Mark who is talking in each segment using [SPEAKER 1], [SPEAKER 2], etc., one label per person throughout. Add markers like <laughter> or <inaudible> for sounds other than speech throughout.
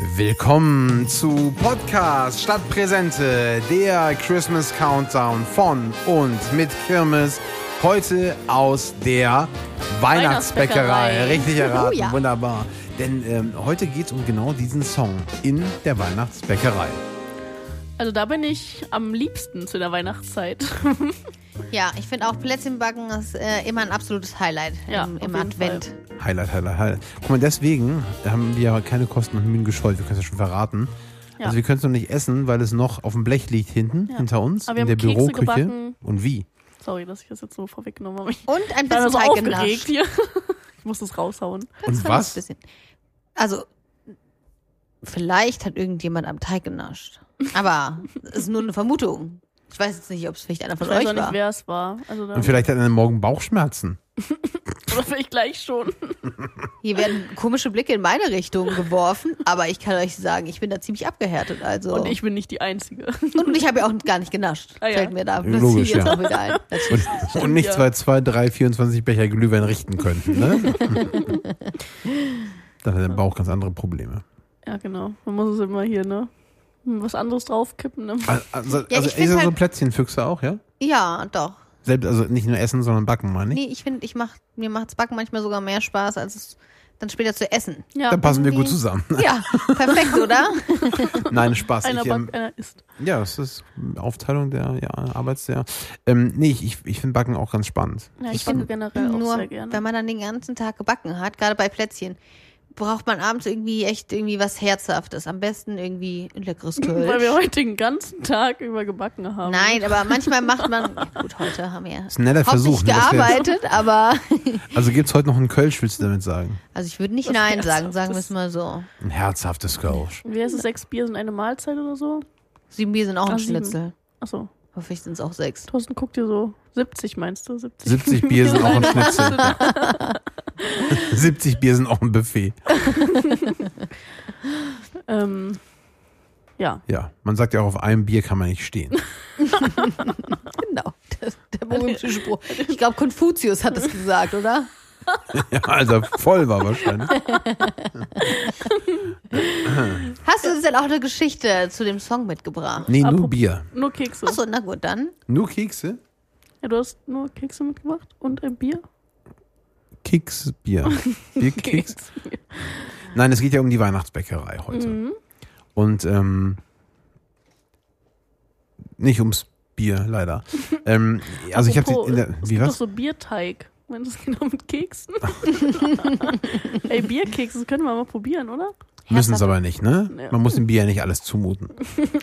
[SPEAKER 1] Willkommen zu Podcast Stadtpräsente, der Christmas Countdown von und mit Kirmes. Heute aus der Weihnachtsbäckerei.
[SPEAKER 2] Weihnachtsbäckerei. Oh
[SPEAKER 1] Richtig erraten,
[SPEAKER 2] Halleluja.
[SPEAKER 1] wunderbar. Denn ähm, heute geht es um genau diesen Song in der Weihnachtsbäckerei.
[SPEAKER 2] Also da bin ich am liebsten zu der Weihnachtszeit. <laughs>
[SPEAKER 3] Ja, ich finde auch Plätzchenbacken ist äh, immer ein absolutes Highlight
[SPEAKER 2] Ja,
[SPEAKER 3] im,
[SPEAKER 2] auf
[SPEAKER 3] im
[SPEAKER 2] jeden
[SPEAKER 3] Advent.
[SPEAKER 1] Highlight, Highlight, Highlight. Guck mal, deswegen haben wir keine Kosten und Mühen gescheut. Wir können es ja schon verraten.
[SPEAKER 2] Ja.
[SPEAKER 1] Also wir können es noch nicht essen, weil es noch auf dem Blech liegt hinten, hinter uns,
[SPEAKER 2] Aber wir
[SPEAKER 1] in der
[SPEAKER 2] haben Kekse
[SPEAKER 1] Büroküche.
[SPEAKER 2] gebacken.
[SPEAKER 1] Und wie?
[SPEAKER 2] Sorry, dass ich das jetzt so vorweggenommen habe. Ich
[SPEAKER 3] Und ein
[SPEAKER 2] war
[SPEAKER 3] bisschen
[SPEAKER 2] so
[SPEAKER 3] Teig
[SPEAKER 2] aufgeregt
[SPEAKER 3] genascht.
[SPEAKER 2] hier. <laughs> Ich muss das raushauen.
[SPEAKER 1] Und
[SPEAKER 3] Ein
[SPEAKER 1] was?
[SPEAKER 3] bisschen. Also, vielleicht hat irgendjemand am Teig genascht. Aber es ist nur eine Vermutung. Ich weiß jetzt nicht, ob es vielleicht einer von
[SPEAKER 2] Ich weiß auch
[SPEAKER 3] euch
[SPEAKER 2] nicht,
[SPEAKER 3] war.
[SPEAKER 2] wer es war. Also da,
[SPEAKER 1] Und
[SPEAKER 2] <laughs>
[SPEAKER 1] vielleicht hat er morgen Bauchschmerzen.
[SPEAKER 2] oder vielleicht gleich schon.
[SPEAKER 3] Hier werden komische Blicke in meine Richtung geworfen, aber ich kann euch sagen, ich bin da ziemlich abgehärtet. Also.
[SPEAKER 2] Und ich bin nicht die Einzige. <laughs>
[SPEAKER 3] Und ich habe ja auch gar nicht genascht.
[SPEAKER 2] Ah, ja.
[SPEAKER 3] Fällt mir da
[SPEAKER 1] Logisch,
[SPEAKER 3] jetzt
[SPEAKER 1] ja. <laughs>
[SPEAKER 3] auch wieder ein. Natürlich.
[SPEAKER 1] Und, und nicht
[SPEAKER 2] ja.
[SPEAKER 1] zwei, zwei, drei, 24 Becher Glühwein richten könnten. Ne? Dann hat der Bauch ganz andere Probleme.
[SPEAKER 2] Ja, genau. Man muss es immer hier, ne? hm, Was anderes draufkippen. Ne?
[SPEAKER 1] Also, also,
[SPEAKER 3] ich
[SPEAKER 1] also
[SPEAKER 3] find
[SPEAKER 1] ist er so
[SPEAKER 3] halt-
[SPEAKER 1] Plätzchenfüchse auch, ja?
[SPEAKER 3] Ja, doch.
[SPEAKER 1] Selbst, also nicht nur essen, sondern backen, meine ich.
[SPEAKER 3] Nee, ich finde, ich mach, mir macht's Backen manchmal sogar mehr Spaß, als es dann später zu
[SPEAKER 2] <laughs>
[SPEAKER 3] essen.
[SPEAKER 2] Ja,
[SPEAKER 1] Da passen wir gut zusammen. <laughs>
[SPEAKER 3] Ja, perfekt, oder?
[SPEAKER 1] Nein, Spaß.
[SPEAKER 2] Einer
[SPEAKER 1] Ich, ähm,
[SPEAKER 2] backt, einer isst.
[SPEAKER 1] ja, es ist Aufteilung der ja, Arbeits... Der, ähm, nee, ich, ich, ich finde Backen auch ganz spannend.
[SPEAKER 2] <laughs> Ja, ich,
[SPEAKER 3] Ich
[SPEAKER 2] backe
[SPEAKER 3] find
[SPEAKER 2] generell auch
[SPEAKER 3] Nur,
[SPEAKER 2] sehr gerne.
[SPEAKER 3] wenn man dann den ganzen Tag gebacken hat, gerade bei Plätzchen, braucht man abends irgendwie echt irgendwie was Herzhaftes. Am besten irgendwie ein
[SPEAKER 2] <laughs>
[SPEAKER 3] leckeres
[SPEAKER 2] Weil wir
[SPEAKER 3] Kölsch.
[SPEAKER 2] heute den ganzen Tag über gebacken haben.
[SPEAKER 3] Nein, aber manchmal
[SPEAKER 2] <laughs>
[SPEAKER 3] macht man, ja gut, heute haben wir
[SPEAKER 1] Ist ein netter Versuch.
[SPEAKER 3] hauptsächlich
[SPEAKER 1] ne, dass wir-
[SPEAKER 3] gearbeitet, aber, <laughs>
[SPEAKER 1] Also gibt's heute noch einen Kölsch, willst du damit sagen?
[SPEAKER 3] also ich würde nicht
[SPEAKER 2] Was
[SPEAKER 3] Nein sagen, sagen wir
[SPEAKER 2] Herzhaftes.
[SPEAKER 3] es mal so.
[SPEAKER 1] Ein herzhaftes Kölsch.
[SPEAKER 2] Wie heißt es? Sechs Bier sind eine Mahlzeit oder so?
[SPEAKER 3] Sieben Bier sind auch ein
[SPEAKER 2] Ah, sieben.
[SPEAKER 3] Schnitzel.
[SPEAKER 2] Achso.
[SPEAKER 3] Aber vielleicht sind es auch sechs.
[SPEAKER 2] Thorsten, guck dir so. 70 meinst du? 70.
[SPEAKER 1] 70 Bier
[SPEAKER 2] <laughs>
[SPEAKER 1] sind auch ein Schnitzel. <laughs> 70 Bier sind auch ein Buffet.
[SPEAKER 2] Ähm, ja.
[SPEAKER 1] Ja, man sagt ja auch, auf einem Bier kann man nicht
[SPEAKER 2] <laughs>
[SPEAKER 1] stehen.
[SPEAKER 3] Genau, das, <laughs>
[SPEAKER 2] <laughs>
[SPEAKER 3] der berühmte Spruch. Ich glaube, Konfuzius hat es gesagt, oder?
[SPEAKER 1] Ja, als er voll war wahrscheinlich.
[SPEAKER 3] Hast du uns denn auch eine Geschichte zu dem Song mitgebracht?
[SPEAKER 1] Nee, nur
[SPEAKER 2] Apropos-
[SPEAKER 1] Bier.
[SPEAKER 2] Nur Kekse.
[SPEAKER 3] Achso, na gut, dann.
[SPEAKER 1] Nur Kekse?
[SPEAKER 2] Ja, du hast nur Kekse mitgebracht und ein Bier? <laughs>
[SPEAKER 1] Keksbier. Bierkeks?
[SPEAKER 2] Kekse.
[SPEAKER 1] Nein, es geht ja um die Weihnachtsbäckerei heute.
[SPEAKER 2] Mhm.
[SPEAKER 1] Und ähm, nicht ums Bier, leider. ähm, also ich habe
[SPEAKER 2] Apropos,
[SPEAKER 1] in der.
[SPEAKER 2] es
[SPEAKER 1] Wie
[SPEAKER 2] gibt doch
[SPEAKER 1] was?
[SPEAKER 2] so Bierteig. Wenn <laughs> das genau mit
[SPEAKER 3] <laughs>
[SPEAKER 2] Keksen. Ey, Bierkekse, das können wir mal probieren, oder?
[SPEAKER 1] Müssen es aber nicht, ne?
[SPEAKER 2] Ja.
[SPEAKER 1] Man muss dem Bier ja nicht alles zumuten.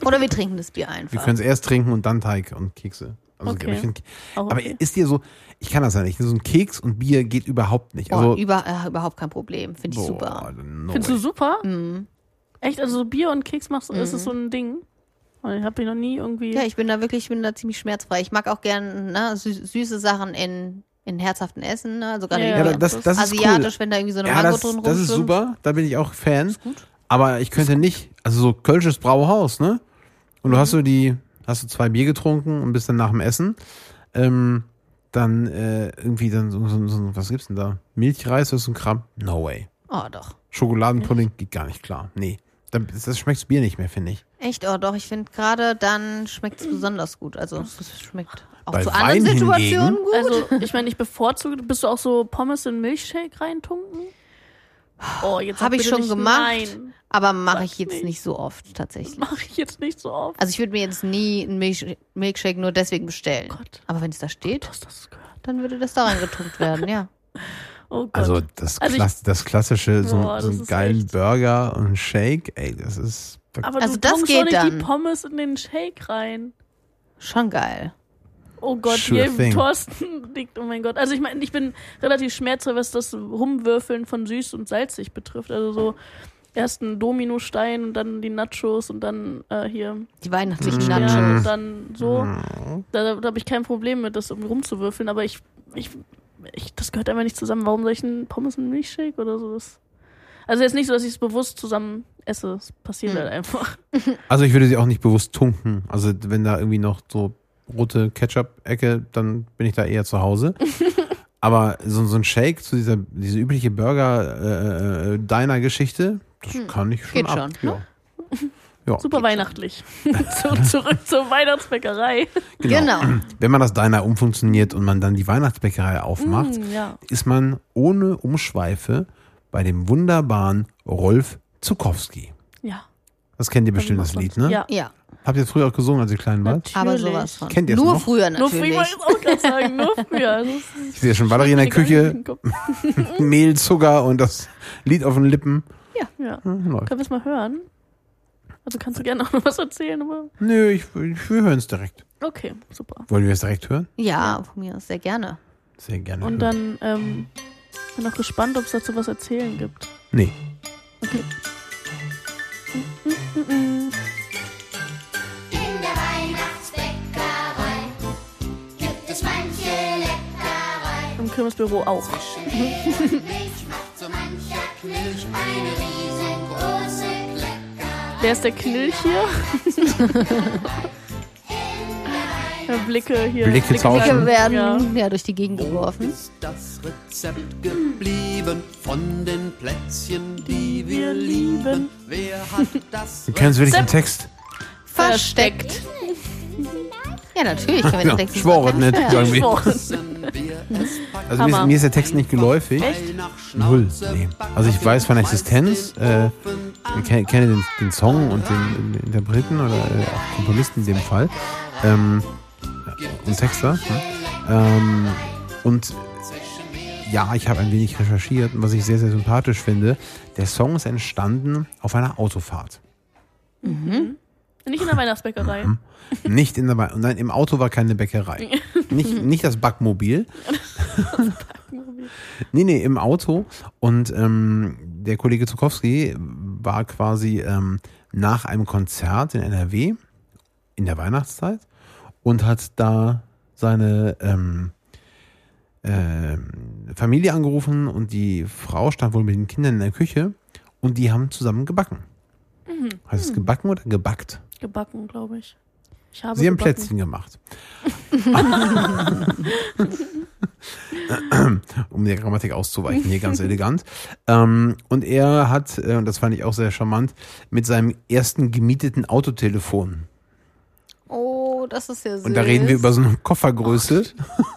[SPEAKER 3] Oder wir trinken das Bier
[SPEAKER 1] Wir
[SPEAKER 3] einfach.
[SPEAKER 1] können es erst trinken und dann Teig und Kekse. Also,
[SPEAKER 2] Okay.
[SPEAKER 1] aber ich find,
[SPEAKER 2] Auch
[SPEAKER 1] Aber
[SPEAKER 2] okay.
[SPEAKER 1] ist dir so, ich kann das ja nicht, so ein Keks und Bier geht überhaupt nicht.
[SPEAKER 3] Boah,
[SPEAKER 2] Oh,
[SPEAKER 1] Also,
[SPEAKER 3] über, äh, überhaupt kein Problem, finde ich
[SPEAKER 1] boah,
[SPEAKER 3] super. Mhm.
[SPEAKER 1] no
[SPEAKER 2] Findest du
[SPEAKER 1] way.
[SPEAKER 2] super? Echt? Also so Bier und Keks machst du, ist das so ein Ding? Und ich habe ich noch nie irgendwie.
[SPEAKER 3] Ja, ich bin da wirklich, ich bin da ziemlich schmerzfrei. Ich mag auch gern ne, sü süße Sachen in, in herzhaften Essen, ne? also gerade
[SPEAKER 2] Ja,
[SPEAKER 1] ja,
[SPEAKER 3] irgendwie
[SPEAKER 1] aber das, das ist cool.
[SPEAKER 3] asiatisch, wenn da irgendwie so eine
[SPEAKER 1] Ja,
[SPEAKER 3] Mango
[SPEAKER 1] das,
[SPEAKER 3] drin
[SPEAKER 1] das ist
[SPEAKER 3] rumschwimmt.
[SPEAKER 1] super, da bin ich auch Fan. Aber ich könnte nicht, also so kölsches Brauhaus, ne? Und du hast
[SPEAKER 2] Mhm.
[SPEAKER 1] so die, hast du zwei Bier getrunken und bist dann nach dem Essen, ähm, dann äh, irgendwie dann so, so, so, was gibt's denn da? Milchreis oder so ein Kram? No way.
[SPEAKER 3] Oh doch.
[SPEAKER 1] Schokoladenpudding geht gar nicht klar. Nee. Dann, das schmeckt Bier nicht mehr, finde ich.
[SPEAKER 3] Echt, oh doch. Ich finde gerade dann schmeckt es besonders gut. Also es schmeckt auch
[SPEAKER 1] Bei
[SPEAKER 3] zu
[SPEAKER 1] Wein
[SPEAKER 3] anderen
[SPEAKER 1] hingegen-
[SPEAKER 3] Situationen gut.
[SPEAKER 2] Also, ich meine, ich bevorzuge, bist du auch so Pommes in Milchshake reintunken? Oh, jetzt sag
[SPEAKER 3] Habe ich
[SPEAKER 2] bitte
[SPEAKER 3] schon
[SPEAKER 2] nicht
[SPEAKER 3] gemacht,
[SPEAKER 2] Nein,
[SPEAKER 3] aber mache ich jetzt
[SPEAKER 2] nicht.
[SPEAKER 3] nicht so oft tatsächlich.
[SPEAKER 2] mache ich jetzt nicht so oft.
[SPEAKER 3] Also ich würde mir jetzt nie einen Milch Milkshake nur deswegen bestellen.
[SPEAKER 2] Gott.
[SPEAKER 3] Aber wenn es da steht,
[SPEAKER 2] Du hast das gehört.
[SPEAKER 3] dann würde das da reingetunkt werden, ja.
[SPEAKER 2] Oh Gott.
[SPEAKER 1] Also das,
[SPEAKER 2] Also ich-
[SPEAKER 1] Klass das klassische, so,
[SPEAKER 2] Boah,
[SPEAKER 1] so
[SPEAKER 2] das
[SPEAKER 1] einen
[SPEAKER 2] ist
[SPEAKER 1] geilen
[SPEAKER 2] echt-
[SPEAKER 1] Burger und Shake, ey, das ist.
[SPEAKER 2] Aber
[SPEAKER 3] Also
[SPEAKER 2] du
[SPEAKER 3] das
[SPEAKER 2] tunkst
[SPEAKER 3] geht
[SPEAKER 2] doch nicht
[SPEAKER 3] dann.
[SPEAKER 2] die Pommes in den Shake rein.
[SPEAKER 3] Schon geil.
[SPEAKER 2] Oh Gott,
[SPEAKER 1] Sure
[SPEAKER 2] hier
[SPEAKER 1] thing.
[SPEAKER 2] im Thorsten <laughs> liegt, oh mein Gott. Also ich meine, ich bin relativ schmerzfrei, was das Rumwürfeln von süß und salzig betrifft. Also so erst ein Dominostein und dann die Nachos und dann äh, hier
[SPEAKER 3] Die weihnachtlichen
[SPEAKER 1] Mm.
[SPEAKER 2] ja,
[SPEAKER 3] Nachos.
[SPEAKER 2] und dann so.
[SPEAKER 3] Mhm.
[SPEAKER 2] Da, da habe ich kein Problem mit, das irgendwie rumzuwürfeln, aber ich, ich, ich, das gehört einfach nicht zusammen. Warum soll ich einen Pommes und Milchshake oder sowas? Also jetzt nicht so, dass ich es bewusst zusammen esse. Es passiert
[SPEAKER 3] Mhm.
[SPEAKER 2] halt einfach.
[SPEAKER 1] Also ich würde sie auch nicht bewusst tunken. Also wenn da irgendwie noch so rote Ketchup-Ecke, dann bin ich da eher zu Hause. Aber so, so ein Shake zu dieser diese übliche Burger-Diner-Geschichte, äh, das kann ich schon
[SPEAKER 3] Geht
[SPEAKER 1] ab.
[SPEAKER 3] schon,
[SPEAKER 1] Ja. Ja,
[SPEAKER 2] <laughs> Super weihnachtlich. so, zurück zur Weihnachtsbäckerei.
[SPEAKER 1] genau.
[SPEAKER 3] Genau.
[SPEAKER 1] <clears throat> Wenn man das Diner umfunktioniert und man dann die Weihnachtsbäckerei aufmacht,
[SPEAKER 2] Mm, ja.
[SPEAKER 1] ist man ohne Umschweife bei dem wunderbaren Rolf Zukowski.
[SPEAKER 2] Ja.
[SPEAKER 1] Das kennt ihr bestimmt,
[SPEAKER 2] Was
[SPEAKER 1] das Lied, ne?
[SPEAKER 2] Ja.
[SPEAKER 3] Ja,
[SPEAKER 1] Habt ihr früher auch gesungen, als ihr klein wart?
[SPEAKER 2] Natürlich.
[SPEAKER 3] aber sowas von.
[SPEAKER 1] Kennt ihr's
[SPEAKER 3] Nur
[SPEAKER 1] noch?
[SPEAKER 3] früher
[SPEAKER 2] Nur früher, ich
[SPEAKER 3] natürlich.
[SPEAKER 2] wollte auch gerade sagen,
[SPEAKER 3] <laughs>
[SPEAKER 2] nur früher. Das ist-
[SPEAKER 1] Ich sehe schon Valerie in der
[SPEAKER 2] Mir gar nicht in
[SPEAKER 1] Küche,
[SPEAKER 2] den Kopf.
[SPEAKER 1] Mehl, Zucker und das Lied auf den Lippen.
[SPEAKER 3] Ja.
[SPEAKER 2] Ja.
[SPEAKER 1] Hm, läuft.
[SPEAKER 2] Können wir es mal hören? Also kannst du gerne auch noch was erzählen, aber.
[SPEAKER 1] Nö, ich, ich, wir hören es direkt.
[SPEAKER 2] Okay, super.
[SPEAKER 1] Wollen wir es direkt hören?
[SPEAKER 3] Ja, von mir aus sehr gerne.
[SPEAKER 1] Sehr gerne.
[SPEAKER 2] Und
[SPEAKER 1] hören.
[SPEAKER 2] dann ähm, bin auch gespannt, ob es dazu was erzählen gibt.
[SPEAKER 1] Nee.
[SPEAKER 4] In der Weihnachtsbäckerei gibt es manche Leckerei.
[SPEAKER 2] Im Kirmesbüro auch.
[SPEAKER 4] Zwischen Mehl und Milch macht so mancher Knilch eine riesengroße Kleckerei.
[SPEAKER 2] Wer ist der Knilch hier? Ja, Blicke hier.
[SPEAKER 1] Blicke tauschen.
[SPEAKER 3] Wir werden
[SPEAKER 2] Ja.
[SPEAKER 3] ja durch die Gegend geworfen.
[SPEAKER 5] ist das Rezept geblieben von den Plätzchen, die wir
[SPEAKER 2] lieben.
[SPEAKER 5] lieben. Wer hat das
[SPEAKER 1] Du kennst wirklich den Text?
[SPEAKER 3] Versteckt. Ja,
[SPEAKER 1] <laughs>
[SPEAKER 3] natürlich. Können wir
[SPEAKER 1] Ja,
[SPEAKER 3] den Text
[SPEAKER 1] ich schwore
[SPEAKER 3] nicht
[SPEAKER 1] nicht.
[SPEAKER 3] verstellen.
[SPEAKER 1] Irgendwie.
[SPEAKER 2] Wochen.
[SPEAKER 5] Rezept? Wir es packen.
[SPEAKER 1] Also mir ist,
[SPEAKER 2] Hammer.
[SPEAKER 1] mir ist der Text nicht geläufig. Null, nee. Also ich weiß von Existenz, äh, Ich kenne, kenne den, den Song und den, den Interpreten oder äh, auch Komponisten in dem Fall. Ähm, und Texter. Ne? Ähm, und ja, ich habe ein wenig recherchiert und was ich sehr, sehr sympathisch finde, der Song ist entstanden auf einer Autofahrt.
[SPEAKER 2] Nicht in der Weihnachtsbäckerei.
[SPEAKER 1] Nicht in der Be Nein, im Auto war keine Bäckerei. <laughs> Nicht, nicht das Backmobil. Mhm. nee, nee, im Auto. Und ähm, der Kollege Zukowski war quasi ähm, nach einem Konzert in NRW in der Weihnachtszeit und hat da seine ähm, ähm, Familie angerufen und die Frau stand wohl mit den Kindern in der Küche und die haben zusammen gebacken. Heißt es gebacken oder gebackt?
[SPEAKER 2] Gebacken, glaube ich. ich habe
[SPEAKER 1] Sie haben
[SPEAKER 2] gebacken.
[SPEAKER 1] Plätzchen
[SPEAKER 2] <laughs>
[SPEAKER 1] gemacht. um der Grammatik auszuweichen, hier ganz elegant. Ähm, und er hat, äh, und das fand ich auch sehr charmant, mit seinem ersten gemieteten Autotelefon.
[SPEAKER 3] Oh, das ist ja süß.
[SPEAKER 1] Und da reden wir über so eine Koffergröße.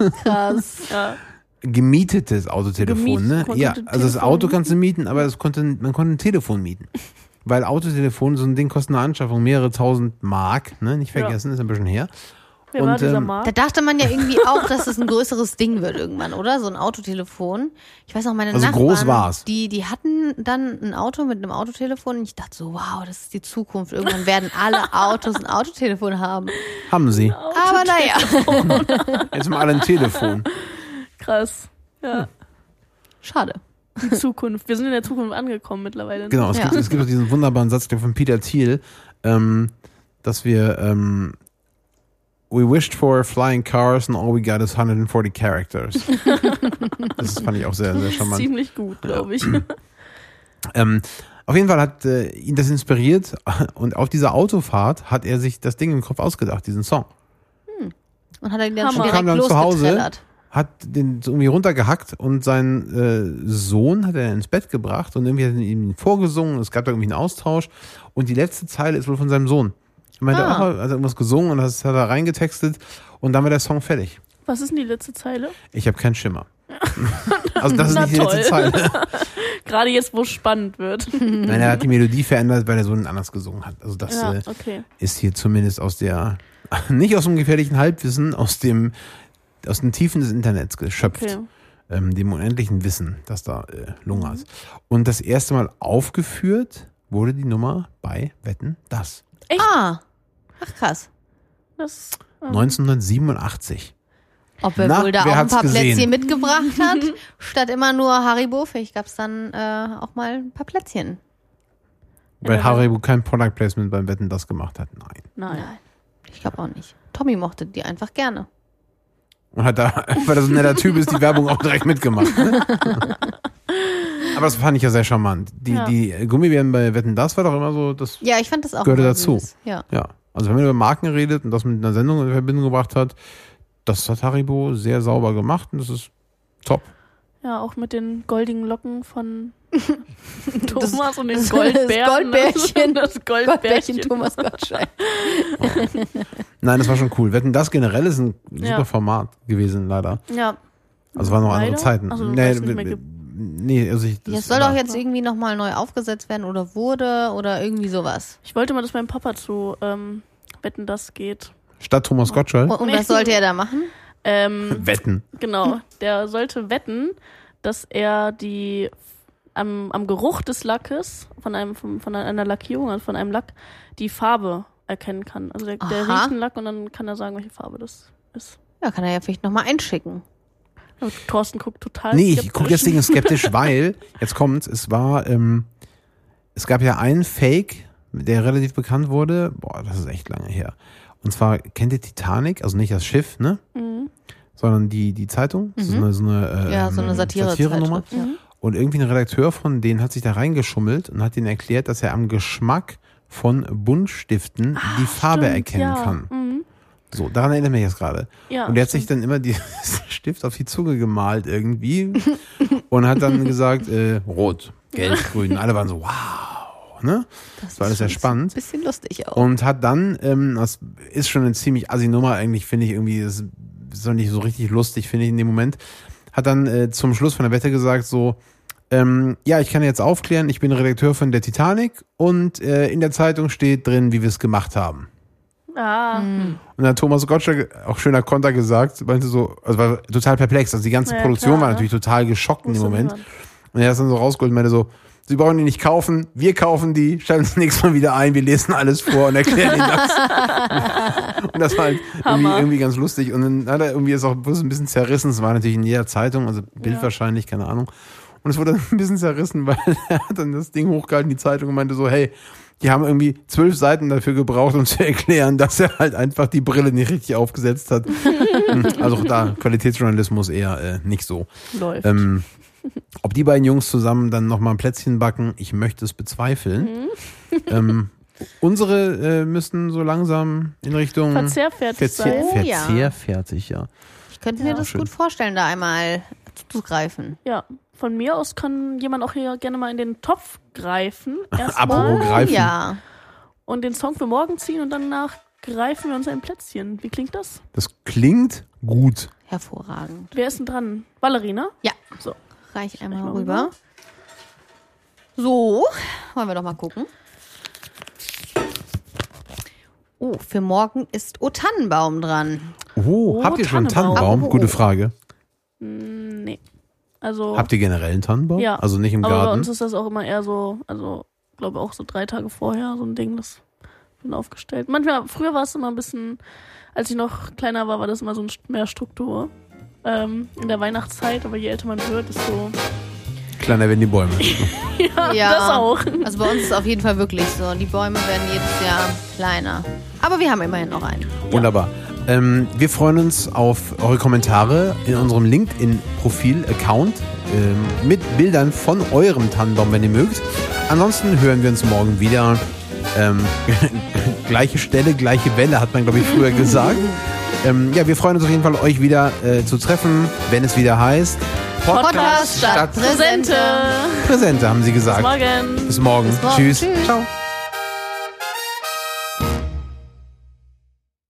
[SPEAKER 2] Oh
[SPEAKER 3] krass.
[SPEAKER 2] Ja.
[SPEAKER 1] Gemietetes Autotelefon,
[SPEAKER 2] Gemietet,
[SPEAKER 1] ne?
[SPEAKER 2] konnte
[SPEAKER 1] Ja,
[SPEAKER 2] ein
[SPEAKER 1] also das
[SPEAKER 2] Telefon
[SPEAKER 1] Auto kannst du mieten, aber das konnte, man konnte ein Telefon mieten. Weil Autotelefon, so ein Ding kostet eine Anschaffung mehrere tausend Mark, ne? Nicht
[SPEAKER 2] Ja.
[SPEAKER 1] vergessen, ist ein bisschen her.
[SPEAKER 2] Wer
[SPEAKER 1] Und,
[SPEAKER 2] war dieser
[SPEAKER 1] ähm,
[SPEAKER 3] Da
[SPEAKER 2] Markt?
[SPEAKER 3] dachte man ja
[SPEAKER 1] <laughs>
[SPEAKER 3] irgendwie auch, dass es ein größeres Ding wird irgendwann, oder? So ein Autotelefon. Ich weiß noch, meine
[SPEAKER 1] Also
[SPEAKER 3] Nachbarn,
[SPEAKER 1] groß war's.
[SPEAKER 3] Die, die hatten dann ein Auto mit einem Autotelefon und ich dachte so, wow, das ist die Zukunft. Irgendwann werden alle Autos ein
[SPEAKER 1] <laughs>
[SPEAKER 3] Autotelefon haben.
[SPEAKER 1] Haben
[SPEAKER 2] <laughs>
[SPEAKER 1] sie.
[SPEAKER 3] Aber naja.
[SPEAKER 1] Jetzt mal alle ein Telefon.
[SPEAKER 2] Krass. Ja.
[SPEAKER 3] Schade.
[SPEAKER 2] Die Zukunft. Wir sind in der Zukunft angekommen mittlerweile.
[SPEAKER 1] Genau, es,
[SPEAKER 3] Ja.
[SPEAKER 1] gibt, es gibt auch diesen wunderbaren Satz glaub ich, von Peter Thiel, ähm, dass wir ähm, We wished for flying cars and all we got is 140 characters. das fand ich auch sehr, sehr
[SPEAKER 2] Das ist
[SPEAKER 1] charmant.
[SPEAKER 2] ziemlich gut,
[SPEAKER 1] <clears throat>
[SPEAKER 2] glaube ich.
[SPEAKER 1] Ähm, auf jeden Fall hat äh, ihn das inspiriert und auf dieser Autofahrt hat er sich das Ding im Kopf ausgedacht, diesen Song.
[SPEAKER 3] Und hat er dann schon
[SPEAKER 2] Hammer.
[SPEAKER 1] Kam
[SPEAKER 3] direkt
[SPEAKER 1] dann zu Hause.
[SPEAKER 3] losgetrellert.
[SPEAKER 1] Hat den so irgendwie runtergehackt und seinen äh, Sohn hat er ins Bett gebracht und irgendwie hat er ihm vorgesungen. Es gab da irgendwie einen Austausch und die letzte Zeile ist wohl von seinem Sohn. Er meinte
[SPEAKER 3] Ah.
[SPEAKER 1] auch, er hat irgendwas gesungen und das hat er reingetextet und dann war der Song fertig.
[SPEAKER 2] Was ist denn die letzte Zeile?
[SPEAKER 1] Ich habe keinen
[SPEAKER 2] <laughs>
[SPEAKER 1] Schimmer. Also das ist
[SPEAKER 2] Na
[SPEAKER 1] nicht die letzte
[SPEAKER 2] toll. <laughs>
[SPEAKER 1] Zeile.
[SPEAKER 2] Gerade jetzt, wo es spannend wird.
[SPEAKER 1] Nein, er hat die Melodie verändert, weil der Sohn anders gesungen hat. Also das
[SPEAKER 2] Ja,
[SPEAKER 1] äh,
[SPEAKER 2] okay.
[SPEAKER 1] ist hier zumindest aus der, <laughs> nicht aus dem gefährlichen Halbwissen, aus dem, aus den Tiefen des Internets geschöpft.
[SPEAKER 2] okay.
[SPEAKER 1] ähm, dem unendlichen Wissen, das da äh, lungert.
[SPEAKER 2] Mhm.
[SPEAKER 1] Und das erste Mal aufgeführt wurde die Nummer bei Wetten das
[SPEAKER 3] Ah. Ach krass.
[SPEAKER 2] Das, ähm,
[SPEAKER 1] 1987.
[SPEAKER 3] Ob er
[SPEAKER 1] Na,
[SPEAKER 3] wohl da auch
[SPEAKER 1] wer
[SPEAKER 3] ein
[SPEAKER 1] hat's
[SPEAKER 3] paar
[SPEAKER 1] gesehen?
[SPEAKER 3] Plätzchen mitgebracht
[SPEAKER 1] <laughs>
[SPEAKER 3] hat. Statt immer nur Haribo, vielleicht gab's dann äh, auch mal ein paar Plätzchen.
[SPEAKER 1] Weil
[SPEAKER 2] Ja.
[SPEAKER 1] Haribo kein Product Placement beim Wetten das gemacht hat, nein.
[SPEAKER 2] Nein.
[SPEAKER 3] Nein. Ich glaube auch nicht. Tommy mochte die einfach gerne.
[SPEAKER 1] Und hat da, <laughs> weil er so ein netter Typ ist, die Werbung auch direkt mitgemacht.
[SPEAKER 2] <laughs>
[SPEAKER 1] Ne? Aber das fand ich ja sehr charmant. Die,
[SPEAKER 2] Ja.
[SPEAKER 1] die Gummibären bei Wetten das war doch immer so, das,
[SPEAKER 3] Ja, ich fand das auch
[SPEAKER 1] Gehörte
[SPEAKER 3] immer
[SPEAKER 1] dazu.
[SPEAKER 3] Süß. Ja.
[SPEAKER 1] ja. Also wenn man über Marken redet und das mit einer Sendung in Verbindung gebracht hat, das hat Haribo sehr sauber gemacht und das ist top.
[SPEAKER 2] Ja, auch mit den goldigen Locken
[SPEAKER 3] <laughs>
[SPEAKER 2] von Thomas und den
[SPEAKER 3] das- das
[SPEAKER 2] Goldbären. <laughs>
[SPEAKER 3] Goldbärchen.
[SPEAKER 2] Das
[SPEAKER 3] Goldbärchen
[SPEAKER 2] Goldbärchen.
[SPEAKER 3] <laughs> Thomas Gottschalk.
[SPEAKER 1] Nein, das war schon cool. Wetten, das generell ist ein super
[SPEAKER 2] Ja.
[SPEAKER 1] Format gewesen, leider.
[SPEAKER 2] Ja.
[SPEAKER 1] Also waren noch andere
[SPEAKER 2] Leider?
[SPEAKER 1] Zeiten.
[SPEAKER 2] Also,
[SPEAKER 1] nee,
[SPEAKER 2] weil's nicht mehr
[SPEAKER 1] w-
[SPEAKER 2] gibt.
[SPEAKER 1] nee, also ich.
[SPEAKER 3] Das soll doch
[SPEAKER 1] aber-
[SPEAKER 3] jetzt irgendwie nochmal neu aufgesetzt werden oder wurde oder irgendwie sowas.
[SPEAKER 2] Ich wollte mal, dass mein Papa zu ähm, Wetten das geht.
[SPEAKER 1] Statt Thomas Gottschalk.
[SPEAKER 3] Und,
[SPEAKER 2] Oh,
[SPEAKER 3] und was sollte er da machen?
[SPEAKER 1] <laughs>
[SPEAKER 2] Ähm,
[SPEAKER 1] Wetten.
[SPEAKER 2] genau, der sollte wetten, dass er die am, am Geruch des Lackes von einem von, von einer Lackierung, also von einem Lack, die Farbe erkennen kann. Also der, der
[SPEAKER 3] Aha.
[SPEAKER 2] riecht einen Lack und dann kann er sagen, welche Farbe das ist.
[SPEAKER 3] Ja, kann er ja vielleicht nochmal einschicken.
[SPEAKER 2] Aber Thorsten guckt total.
[SPEAKER 1] Nee, ich
[SPEAKER 2] skeptisch.
[SPEAKER 1] gucke
[SPEAKER 2] <laughs>
[SPEAKER 1] deswegen
[SPEAKER 3] <laughs>
[SPEAKER 1] skeptisch, weil, jetzt kommt's, es war, ähm, es gab ja einen Fake, der relativ bekannt wurde, boah, das ist echt lange her. Und zwar, kennt ihr Titanic, also nicht das Schiff, ne?
[SPEAKER 2] Mhm.
[SPEAKER 1] Sondern die, die Zeitung. Das ist
[SPEAKER 3] Mhm.
[SPEAKER 1] eine, so eine, äh,
[SPEAKER 3] Ja, so eine
[SPEAKER 1] ähm,
[SPEAKER 3] Satire.
[SPEAKER 1] Satirenummer.
[SPEAKER 3] Zeitschrift, ja.
[SPEAKER 1] Und irgendwie ein Redakteur von denen hat sich da reingeschummelt und hat ihnen erklärt, dass er am Geschmack von Buntstiften
[SPEAKER 3] Ah,
[SPEAKER 1] die Farbe
[SPEAKER 2] Stimmt,
[SPEAKER 1] erkennen
[SPEAKER 2] ja.
[SPEAKER 1] kann.
[SPEAKER 2] Mhm.
[SPEAKER 1] So, daran erinnere ich mich jetzt gerade.
[SPEAKER 2] Ja,
[SPEAKER 1] Und der hat sich
[SPEAKER 2] stimmt.
[SPEAKER 1] dann immer die <laughs> Stift auf die Zunge gemalt irgendwie <laughs> und hat dann gesagt, äh, rot, gelb, grün. Alle waren so, wow. Ne?
[SPEAKER 3] Das
[SPEAKER 1] war alles sehr
[SPEAKER 3] schon
[SPEAKER 1] spannend.
[SPEAKER 3] Ein bisschen lustig auch.
[SPEAKER 1] Und hat dann, ähm, das ist schon eine ziemlich assi Nummer eigentlich, finde ich irgendwie, das ist doch nicht so richtig lustig, finde ich in dem Moment, hat dann äh, zum Schluss von der Wette gesagt so, ähm, ja, ich kann jetzt aufklären, ich bin Redakteur von der Titanic und äh, in der Zeitung steht drin, wie wir es gemacht haben.
[SPEAKER 2] Ah,
[SPEAKER 1] Und dann hat Thomas Gottschalk, auch schöner Konter gesagt, meinte so, also war total perplex. Also die ganze
[SPEAKER 2] Ja,
[SPEAKER 1] Produktion
[SPEAKER 2] klar,
[SPEAKER 1] war
[SPEAKER 2] ne?
[SPEAKER 1] natürlich total geschockt in dem
[SPEAKER 2] wusste
[SPEAKER 1] Moment.
[SPEAKER 2] niemand.
[SPEAKER 1] Und er hat dann so rausgeholt und meinte so, Sie brauchen die nicht kaufen, wir kaufen die, stellen uns nächstes Mal wieder ein, wir lesen alles vor und erklären Ihnen das. und das <laughs> war halt irgendwie,
[SPEAKER 2] Hammer.
[SPEAKER 1] irgendwie ganz lustig. Und dann hat er irgendwie jetzt auch bloß ein bisschen zerrissen. Es war natürlich in jeder Zeitung, also Bild
[SPEAKER 2] Ja.
[SPEAKER 1] wahrscheinlich, keine Ahnung. Und es wurde dann <laughs> ein bisschen zerrissen, weil er hat dann das Ding hochgehalten, die Zeitung und meinte so, hey, die haben irgendwie zwölf Seiten dafür gebraucht, um <laughs> zu erklären, dass er halt einfach die Brille nicht richtig aufgesetzt
[SPEAKER 2] <laughs>
[SPEAKER 1] hat. also auch da, Qualitätsjournalismus eher äh, nicht so.
[SPEAKER 2] Läuft.
[SPEAKER 1] Ähm, ob die beiden Jungs zusammen dann nochmal ein Plätzchen backen, ich möchte es bezweifeln.
[SPEAKER 2] Mhm.
[SPEAKER 1] <laughs> ähm, unsere äh, müssen so langsam in Richtung
[SPEAKER 2] Verzehrfertig
[SPEAKER 1] Verzehr,
[SPEAKER 2] sein.
[SPEAKER 3] Oh, ja.
[SPEAKER 1] verzehrfertig, ja.
[SPEAKER 3] Ich könnte
[SPEAKER 2] Ja.
[SPEAKER 3] mir das
[SPEAKER 1] Schön.
[SPEAKER 3] gut vorstellen, da einmal zuzugreifen.
[SPEAKER 2] Ja, von mir aus kann jemand auch hier gerne mal in den Topf greifen.
[SPEAKER 1] <laughs> Apropos
[SPEAKER 2] Erstmal.
[SPEAKER 1] greifen.
[SPEAKER 3] Ja.
[SPEAKER 2] Und den Song für morgen ziehen und danach greifen wir uns ein Plätzchen. Wie klingt das?
[SPEAKER 1] Das klingt gut.
[SPEAKER 3] Hervorragend.
[SPEAKER 2] Wer ist denn dran? Valerie, ne?
[SPEAKER 3] Ja.
[SPEAKER 2] So.
[SPEAKER 3] Reich einmal
[SPEAKER 2] mal
[SPEAKER 3] rüber. So, wollen wir doch mal gucken. Oh, für morgen ist O Tannenbaum dran.
[SPEAKER 1] Oh,
[SPEAKER 2] Oh,
[SPEAKER 1] habt ihr schon einen
[SPEAKER 2] Tannenbaum.
[SPEAKER 1] Tannenbaum?
[SPEAKER 3] Apropos.
[SPEAKER 1] Gute Frage.
[SPEAKER 2] Nee. Also.
[SPEAKER 1] Habt ihr generell einen Tannenbaum?
[SPEAKER 2] Ja.
[SPEAKER 1] Also nicht im
[SPEAKER 2] aber bei
[SPEAKER 1] Garten?
[SPEAKER 2] uns ist das auch immer eher so, also glaube auch so drei Tage vorher so ein Ding, das bin aufgestellt. Manchmal, früher war es immer ein bisschen, als ich noch kleiner war, war das immer so ein, mehr Struktur. Ähm, in der Weihnachtszeit, aber je älter man wird, desto. <laughs>
[SPEAKER 1] Kleiner werden die Bäume.
[SPEAKER 2] Ja,
[SPEAKER 3] Ja.
[SPEAKER 2] das auch.
[SPEAKER 3] Also bei uns ist es auf jeden Fall wirklich so. Die Bäume werden jedes Jahr kleiner. Aber wir haben immerhin noch einen.
[SPEAKER 1] Wunderbar. Ähm, wir freuen uns auf eure Kommentare in unserem LinkedIn-Profil-Account ähm, mit Bildern von eurem Tannenbaum, wenn ihr mögt. Ansonsten hören wir uns morgen wieder. Ähm, <laughs> gleiche Stelle, gleiche Welle, hat man, glaube ich, früher gesagt. Ähm, ja, wir freuen uns auf jeden Fall, euch wieder äh, zu treffen, wenn es wieder heißt
[SPEAKER 3] Podcast statt Präsente.
[SPEAKER 2] Präsente.
[SPEAKER 1] Präsente, haben sie
[SPEAKER 2] Bis
[SPEAKER 1] gesagt.
[SPEAKER 2] morgen.
[SPEAKER 1] Bis morgen.
[SPEAKER 3] Bis morgen.
[SPEAKER 1] Tschüss.
[SPEAKER 3] Tschüss.
[SPEAKER 1] Ciao.